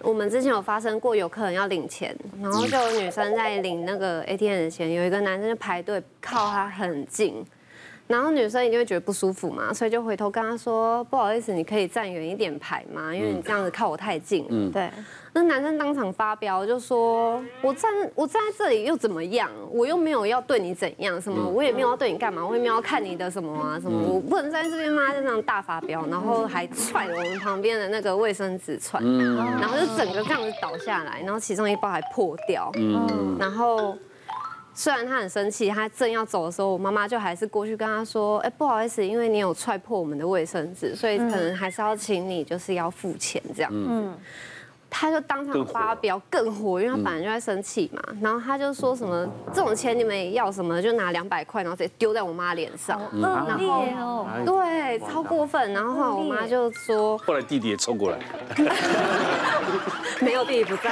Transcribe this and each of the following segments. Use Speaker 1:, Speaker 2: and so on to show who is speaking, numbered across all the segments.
Speaker 1: 我们之前有发生过有客人要领钱，然后就有女生在领那个 ATM 的钱，有一个男生就排队靠她很近，然后女生一定会觉得不舒服嘛，所以就回头跟他说：“不好意思，你可以站远一点排吗？因为你这样子靠我太近。”嗯，
Speaker 2: 对，
Speaker 1: 那男生当场发飙，就说：“我站我站在这里又怎么样？我又没有要对你怎样，什么我也没有要对你干嘛，我也没有要看你的什么啊什么，我不能站在这边吗？”就这样大发飙，然后还踹了我们旁边的那个卫生纸踹，然后就整个这样子倒下来，然后其中一包还破掉，嗯，然后。虽然他很生气，他正要走的时候，我妈妈就还是过去跟他说：“哎、不好意思，因为你有踹破我们的卫生纸，所以可能还是要请你就是要付钱这样。”嗯，他就当场发飙，更火，因为他本来就在生气嘛。然后他就说什么：“这种钱你们也要什么？就拿两百块，然后直接丢在我妈脸上。
Speaker 2: 恶劣哦，
Speaker 1: 对，超过分。然后后来我妈就说
Speaker 3: 后来弟弟也凑 过来，
Speaker 1: 没有，弟弟不在，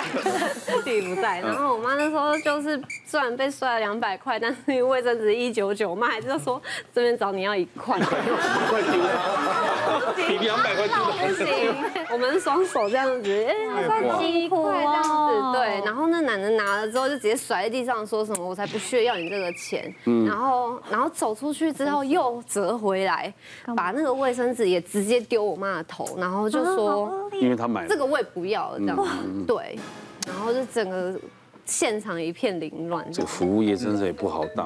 Speaker 1: 弟弟不在。然后我妈那时候就是虽然被摔了两百块，但是卫生纸一九九，我妈还是说这边找你要一块，
Speaker 3: 比两百块丢
Speaker 1: 不行，我们是双手这样子，哎，还算七块这样子，对。然后那男的拿了之后就直接甩在地上，说什么我才不屑要你这个钱。然后然后走出去之后又折回来，把那个卫生纸也直接丢我妈的头，然后就
Speaker 2: 啊
Speaker 1: 说。
Speaker 2: 哦
Speaker 3: 因为他买
Speaker 1: 这
Speaker 3: 了。
Speaker 1: 个我也不要这样，对，然后就整个现场一片凌乱。
Speaker 3: 这个服务业真是也不好当，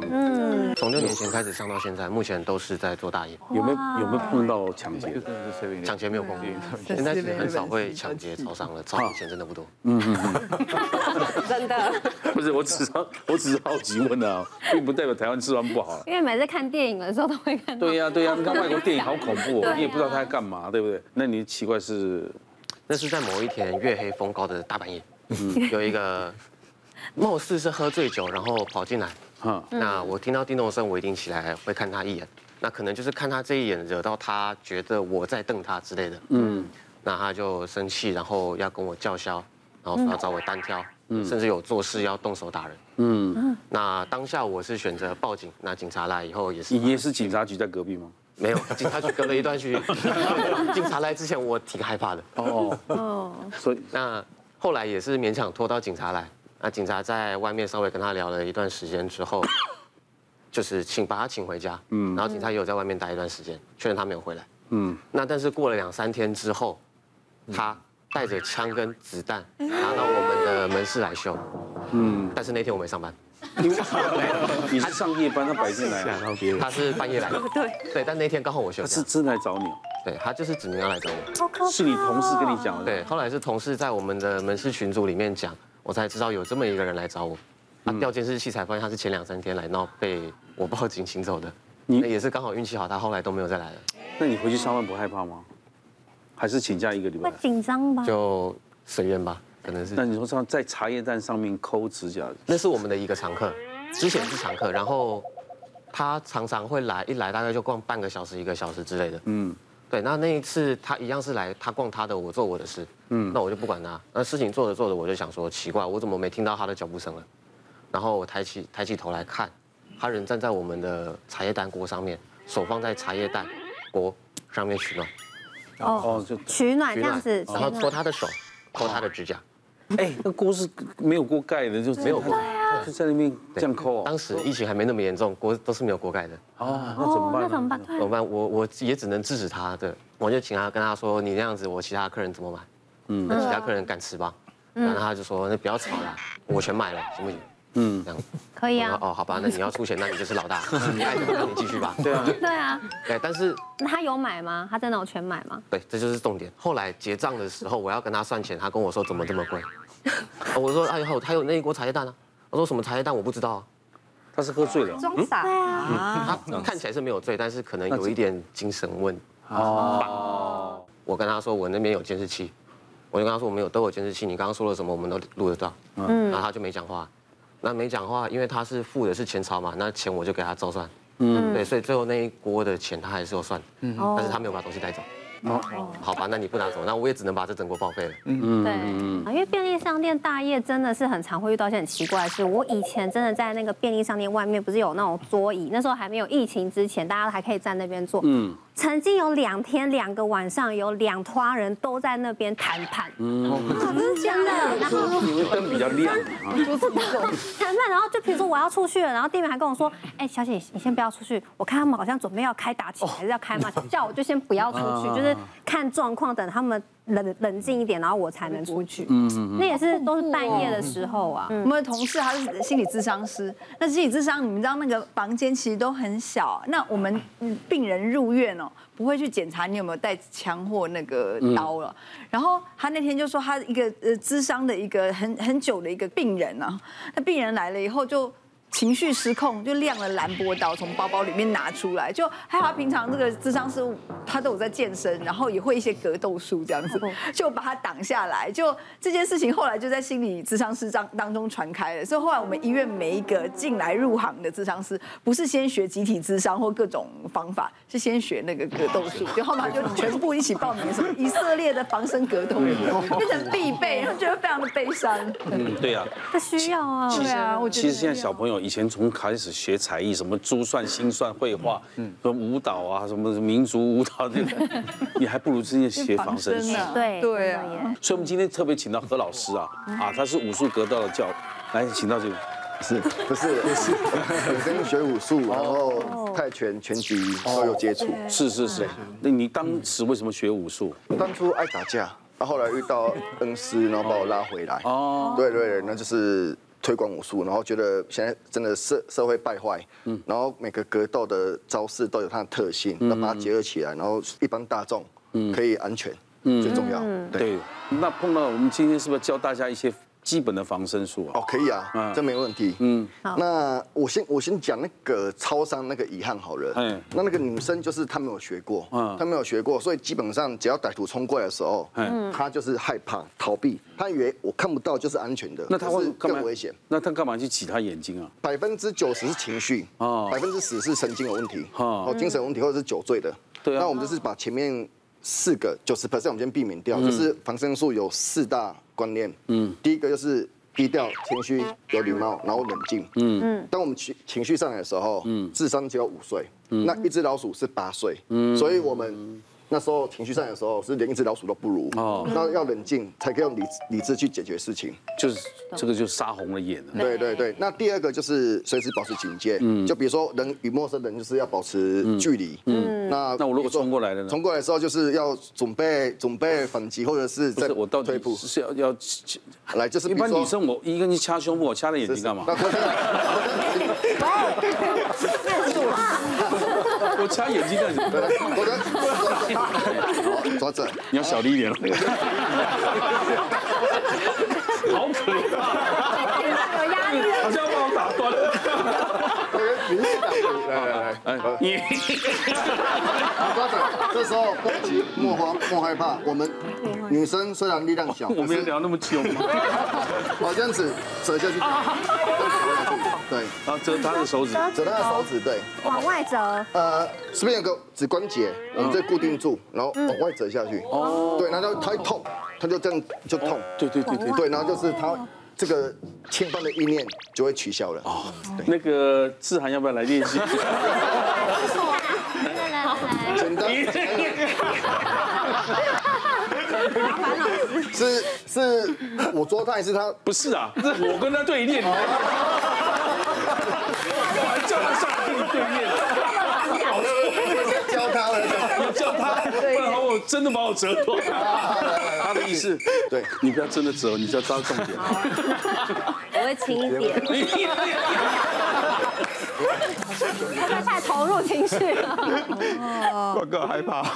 Speaker 4: 从六年前开始上到现在，目前都是在做大业，
Speaker 3: 有没有有没有碰到抢劫？
Speaker 4: 抢劫没有碰过，现在其实很少会抢劫超商了，超以前真的不多。
Speaker 1: 真的，
Speaker 3: 不是，我只是我只是好奇问 的啊，并不代表台湾治安不好。啊
Speaker 2: 因为每次看电影的时候都会看到。
Speaker 3: 对啊呀、对呀、你看外国电影好恐怖、哦，你也不知道他在干嘛，对不对？那你奇怪是
Speaker 4: 那是在某一天月黑风高的大半夜，有一个貌似是喝醉酒，然后跑进来。
Speaker 3: 哈，
Speaker 4: 那我听到叮咚声，我一定起来会看他一眼。那可能就是看他这一眼惹到他，觉得我在瞪他之类的。嗯，那他就生气，然后要跟我叫嚣，然后说要找我单挑，甚至有做事要动手打人。嗯，那当下我是选择报警，那警察来以后也是
Speaker 3: 你也是警察局在隔壁吗？
Speaker 4: 没有，警察局隔了一段距离。 警察来之前我挺害怕的。
Speaker 3: 哦，所 以
Speaker 4: 那后来也是勉强拖到警察来。那警察在外面稍微跟他聊了一段时间之后，就是请把他请回家。嗯，然后警察也有在外面待一段时间，确认他没有回来。
Speaker 3: 嗯，
Speaker 4: 那但是过了两三天之后，他带着枪跟子弹拿到我们的门市来修。嗯，但是那天我没上班，
Speaker 3: 你你是上夜班，他白天来啊，
Speaker 4: 他是半夜来的。对对，但那天刚好我休
Speaker 3: 他
Speaker 4: 假
Speaker 3: 是。真来找你哦，
Speaker 4: 对，他就是指明要来找我。
Speaker 3: 是你同事跟你讲的，
Speaker 4: 对，后来是同事在我们的门市群组里面讲，我才知道有这么一个人来找我。他调监视器才发现他是前两三天来，然后被我报警请走的。
Speaker 3: 你
Speaker 4: 那也是刚好运气好，他后来都没有再来了。
Speaker 3: 那你回去上班不害怕吗？还是请假一个礼拜
Speaker 2: 会？紧张吧？
Speaker 4: 就随缘吧，可能是。
Speaker 3: 那你说上在茶叶蛋上面抠指甲，
Speaker 4: 那是我们的一个常客，之前是常客，然后他常常会来，一来大概就逛半个小时、一个小时之类的。嗯，对。那那一次他一样是来，他逛他的，我做我的事。嗯，那我就不管他。那事情做着做着，我就想说，奇怪，我怎么没听到他的脚步声了？然后我抬起抬起头来看，他人站在我们的茶叶蛋锅上面，手放在茶叶蛋锅上面取暖，
Speaker 3: 哦，就
Speaker 2: 取暖
Speaker 4: 取
Speaker 2: 这样
Speaker 4: 暖，
Speaker 2: 子，取
Speaker 4: 然后搓
Speaker 2: 暖。
Speaker 4: 他的手，抠他的指甲。
Speaker 3: 哎，那锅是没有锅盖的，就没有
Speaker 4: 锅
Speaker 3: 就在那边这
Speaker 4: 对
Speaker 3: 样抠哦。
Speaker 4: 当时疫情还没那么严重，锅都是没有锅盖的。
Speaker 3: 哦，那怎么办？
Speaker 2: 那怎么办？？快
Speaker 4: 怎么办？我我也只能制止他的，我就请他跟他说，你那样子，我其他客人怎么买？嗯，其他客人敢吃吧？然后他就说，那不要吵了，我全买了，行不行？嗯，这样。
Speaker 2: 可以
Speaker 4: 我
Speaker 2: 啊
Speaker 4: 说，哦，好吧，那你要出钱，那你就是老 大，你爱怎么办你继续吧。
Speaker 3: 对啊，
Speaker 2: 对啊。
Speaker 4: 对，但是
Speaker 2: 那他有买吗？他真的有全买吗？
Speaker 4: 对，这就是重点。后来结账的时候，我要跟他算钱，他跟我说怎么这么贵？哦我说哎呦，还有那一锅茶叶蛋啊。我说什么茶叶蛋我不知道啊。
Speaker 3: 他是喝醉了。
Speaker 1: 装傻，
Speaker 2: 啊
Speaker 4: 他看起来是没有醉，但是可能有一点精神问
Speaker 3: 哦，
Speaker 4: 我跟他说我那边有监视器，我就跟他说我们有都有监视器，你刚刚说了什么我们都录得到，嗯，然后他就没讲话，那没讲话，因为他是付的是钱钞嘛，那钱我就给他照算，嗯，对，所以最后那一锅的钱他还是有算，嗯，但是他没有把东西带走，
Speaker 2: 哦
Speaker 4: 好吧，那你不拿走，那我也只能把这整锅报废了。
Speaker 2: 对，啊，因为便利商店大夜真的是很常会遇到一些很奇怪的事。我以前真的在那个便利商店外面，不是有那种桌椅，那时候还没有疫情之前，大家还可以在那边坐。嗯，曾经有两天两个晚上，有两团人都在那边谈判。嗯，真的。然后
Speaker 3: 因为灯比较亮啊，
Speaker 2: 谈判，然后就比如说我要出去了，然后店员还跟我说，哎，小姐你先不要出去，我看他们好像准备要开打起来，还是要开骂，叫我就先不要出去，就是看状况，等他们冷冷静一点，然后我才能出去。嗯，那也是都是半夜的时候啊。
Speaker 5: 我们的同事他是心理咨商师，那心理咨商你们知道那个房间其实都很小，啊那我们嗯病人入院哦，不会去检查你有没有带枪或那个刀了。然后他那天就说他一个呃咨商的一个很很久的一个病人啊，那病人来了以后就。情绪失控，就亮了兰博刀，从包包里面拿出来。就还好，平常这个智商师他都有在健身，然后也会一些格斗术这样子，就把他挡下来。就这件事情后来就在心理智商师当当中传开了，所以后来我们医院每一个进来入行的智商师，不是先学集体智商或各种方法，是先学那个格斗术，就后面就全部一起报名什么以色列的防身格斗，变成必备，然后觉得非常的悲伤。
Speaker 3: 嗯，对呀、
Speaker 2: 这需要啊，
Speaker 3: 其实
Speaker 5: 啊我觉得
Speaker 3: 其实现在小朋友以前从开始学才艺，什么珠算、心算、绘画，嗯，什么舞蹈啊，什么民族舞蹈这个，你还不如直接学防身术。
Speaker 5: 啊
Speaker 2: 对
Speaker 5: 对啊
Speaker 2: 真的耶
Speaker 3: 所以我们今天特别请到何老师啊，啊，他是武术格斗的教，来，请到这里。
Speaker 6: 是不 是？不是，本身学武术，然后泰拳、拳击都有接触。
Speaker 3: 是是是，
Speaker 6: 嗯
Speaker 3: 那你当时为什么学武术？
Speaker 6: 当初爱打架，啊，后来遇到恩师，然后把我拉回来。
Speaker 3: 哦
Speaker 6: 哦，对对对，那就是推广武术，然后觉得现在真的社社会败坏，嗯，然后每个格斗的招式都有它的特性，那把它结合起来，然后一般大众可以安全，最重要。对，
Speaker 3: 对，那碰到我们今天是不是教大家一些基本的防身术啊
Speaker 6: 哦？，可以啊
Speaker 3: 嗯，
Speaker 6: 这没问题。嗯，那我先我先讲那个超商那个遗憾好了。
Speaker 3: 嗯
Speaker 6: 嗯，那那个女生就是她没有学过，
Speaker 3: 嗯
Speaker 6: 嗯，她没有学过，所以基本上只要歹徒冲过来的时候，
Speaker 3: 嗯
Speaker 6: 嗯，她就是害怕逃避，她以为我看不到就是安全的，
Speaker 3: 那他
Speaker 6: 可
Speaker 3: 会
Speaker 6: 是
Speaker 3: 干嘛
Speaker 6: 更危险。？
Speaker 3: 那他干嘛去挤他眼睛啊？
Speaker 6: 百分之九十是情绪，
Speaker 3: 哦
Speaker 6: 哦，百分之十是神经有问题，
Speaker 3: 哦
Speaker 6: 哦，精神有问题或者是酒醉的。
Speaker 3: 对啊
Speaker 6: 那我们就是把前面四个九十 percent 我们先避免掉，就是防身术有四大观念，嗯，第一个就是低调、谦虚、有礼貌，然后冷静，嗯嗯。当我们情情绪上来的时候，嗯，智商只有五岁，那一只老鼠是八岁，嗯，所以我们。那时候情绪上来的时候，是连一只老鼠都不如。
Speaker 3: 哦
Speaker 6: 哦，那要冷静，才可以用理理智去解决事情。
Speaker 3: 就是这个就杀红了眼了。啊
Speaker 6: 对对嗯对，那第二个就是随时保持警戒，就比如说人与陌生人就是要保持距离，嗯，那
Speaker 3: 那我如果冲过来了呢
Speaker 6: 冲过来的时候就是要准备准备反击，或者是
Speaker 3: 不
Speaker 6: 在
Speaker 3: 是我到
Speaker 6: 退
Speaker 3: 底
Speaker 6: 步，
Speaker 3: 是要要，
Speaker 6: 来就是
Speaker 3: 一般
Speaker 6: 比如说
Speaker 3: 女生我一个你掐胸部，我掐了眼睛干嘛
Speaker 6: 那？或者
Speaker 3: 我掐眼睛干 什么？
Speaker 6: 或者抓着，
Speaker 3: 你要小力一 点了。好可怕！
Speaker 2: 有压力。
Speaker 3: 好像要把我打断了。
Speaker 6: 你是打鼓来来来，
Speaker 3: 哎，你
Speaker 6: 抓着，这时候攻击莫慌莫害怕，我们女生虽然力量小，
Speaker 3: 我
Speaker 6: 可
Speaker 3: 们有
Speaker 6: 是
Speaker 3: 聊那么久吗？
Speaker 6: 我这样子折下去，对，
Speaker 3: 然后折他的手指，
Speaker 6: 折他的手指，对。
Speaker 2: 往外折，
Speaker 6: 呃，是不是有个指关节，我们再固定住，然后往外折下去。嗯哦，对，然后它一痛，它就这样就痛。
Speaker 3: 对对对对对。
Speaker 6: 对，然后就是它这个侵犯的意念就会取消了。哦，
Speaker 3: 那个志涵要不要来练习？
Speaker 2: 来来来来，
Speaker 6: 简单，
Speaker 2: 麻烦老师。
Speaker 6: 是是，我捉他还是 他？
Speaker 3: 不是啊，是我跟他对练，你还我还叫他上来跟你对练，
Speaker 6: 教他了。
Speaker 3: 你叫他， 不然我真的把我折断。他的意思，
Speaker 6: 对，
Speaker 3: 你不要真的折，你就要抓重点。
Speaker 2: 我会轻一点，会不会 太投入情绪了？
Speaker 3: 哦
Speaker 7: 冠哥害怕，
Speaker 3: 啊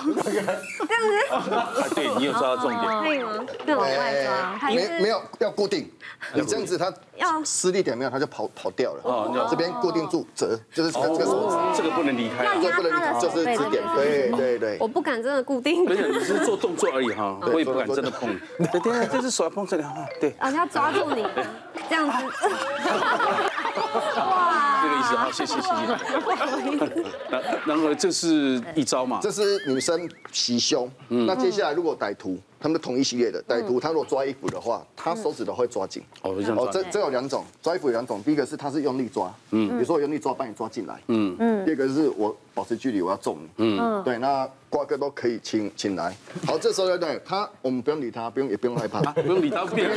Speaker 3: 对你有抓到重点。
Speaker 2: 可以吗？对，往外抓，还
Speaker 6: 没
Speaker 2: 是
Speaker 6: 没有要固定，你这样子他
Speaker 2: 要
Speaker 6: 施力点没有，他就跑跑掉了。
Speaker 3: 哦
Speaker 6: 哦，这边固定住折，就是这个这个手指，
Speaker 3: 哦，这个不能离开啊。
Speaker 2: 要
Speaker 6: 这不
Speaker 2: 压他
Speaker 6: 能
Speaker 2: 的
Speaker 6: 就
Speaker 2: 手
Speaker 6: 是指点，对对对
Speaker 1: 我。不敢真的固定
Speaker 3: 而，且你是做动作而已哈，我也不敢真的碰。对对，这只手要碰这里哈，对，
Speaker 1: 而且要抓住你，这样子。
Speaker 3: 这个意思，好，谢谢谢谢。然然而这是一招嘛，
Speaker 6: 这是女生袭胸。
Speaker 3: 嗯
Speaker 6: 那接下来如果歹徒，他们同一系列的歹徒，他如果抓衣服的话，他手指头会抓紧。
Speaker 3: 嗯哦会这样抓
Speaker 6: 这这有两种，抓衣服有两种，第一个是他是用力抓，嗯，比如说我用力抓把你抓进来，嗯嗯，第二个是我保持距离，我要揍你，嗯，对，那瓜哥都可以请请来。好，这时候对对，他我们不用理他，不用也不用害 怕，
Speaker 3: 啊，不用理他变。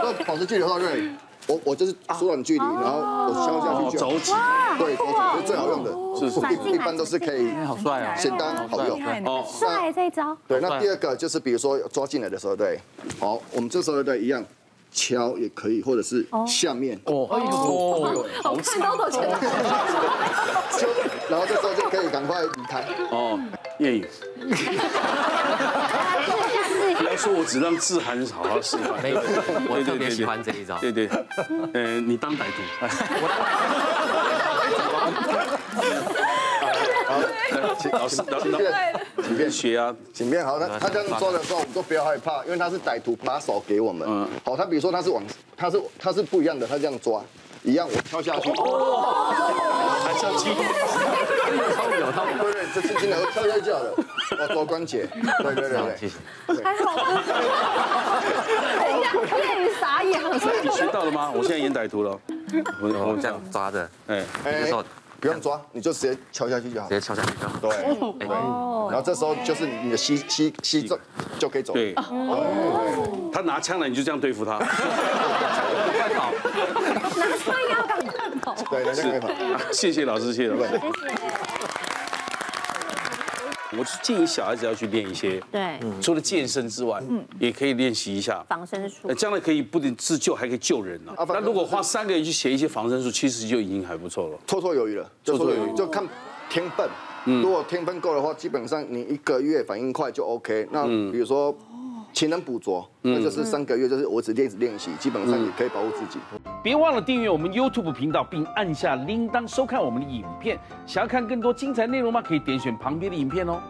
Speaker 6: 那保持距离到这里，我我就是缩短距离，然后我敲下去就好
Speaker 3: 哦走起
Speaker 6: 对，走起是最好用的，
Speaker 3: 是是
Speaker 6: 一一般都是可以
Speaker 7: 好帅哦！
Speaker 6: 简单好用。
Speaker 3: 哦，
Speaker 2: 帅这一招，
Speaker 6: 对，那第二个就是比如说抓进来的时候，对，好，我们这时候对一样敲也可以，或者是下面
Speaker 3: 哦，
Speaker 2: 我看都都觉得
Speaker 6: 敲，然后这时候就可以赶快离开。
Speaker 3: 哦，谚语，不要说我只让志涵好好示范，
Speaker 4: 没有，我特别喜欢这一招。
Speaker 3: 对对，呃，你当歹徒，
Speaker 6: 请
Speaker 3: 老师老师
Speaker 6: 请便，
Speaker 3: 你便学啊，
Speaker 6: 请便。好，那他这样抓的时候，我们都不要害怕，因为他是歹徒把手给我们。
Speaker 3: 嗯
Speaker 6: 好，他比如说他是往，他是他是不一样的，他这样抓，一样我敲下去。
Speaker 3: 还是要激动，
Speaker 6: 对对，这是真的，我敲下去好了，我多关节。对对对对。
Speaker 2: 还好，哎谚语傻眼，
Speaker 3: 你学到了吗？我现在演歹徒了，我
Speaker 4: 我
Speaker 3: 我
Speaker 4: 哦这样抓着，
Speaker 3: 哎，
Speaker 6: 哎
Speaker 4: 这时候
Speaker 6: 不用抓，你就直接敲下去就好
Speaker 4: 直。接敲下去就好。
Speaker 6: 对，对。然后这时候就是你的膝膝膝这就可以走。哦
Speaker 3: 对，他拿枪来你就这样对付他，
Speaker 2: 应该要赶快跑。
Speaker 6: 对，对这样可以跑。
Speaker 3: 谢谢老师，谢谢老师。我是建议小孩子要去练一些，嗯
Speaker 2: 对，
Speaker 3: 除了健身之外，也可以练习一下。
Speaker 2: 防身术
Speaker 3: 呃，。将来可以不仅自救，还可以救人呢、
Speaker 6: 啊不
Speaker 3: 那如果花三个月去写一些防身术，其实就已经还不错了。
Speaker 6: 绰绰有余了，就绰绰有余，嗯就看天分。如果天分够的话，基本上你一个月反应快就 OK。那比如说勤能补拙，那就是三个月，就是我只练一直练习，基本上也可以保护自己。
Speaker 8: 别忘了订阅我们 YouTube 频道，并按下铃铛收看我们的影片。想要看更多精彩内容吗？可以点选旁边的影片哦。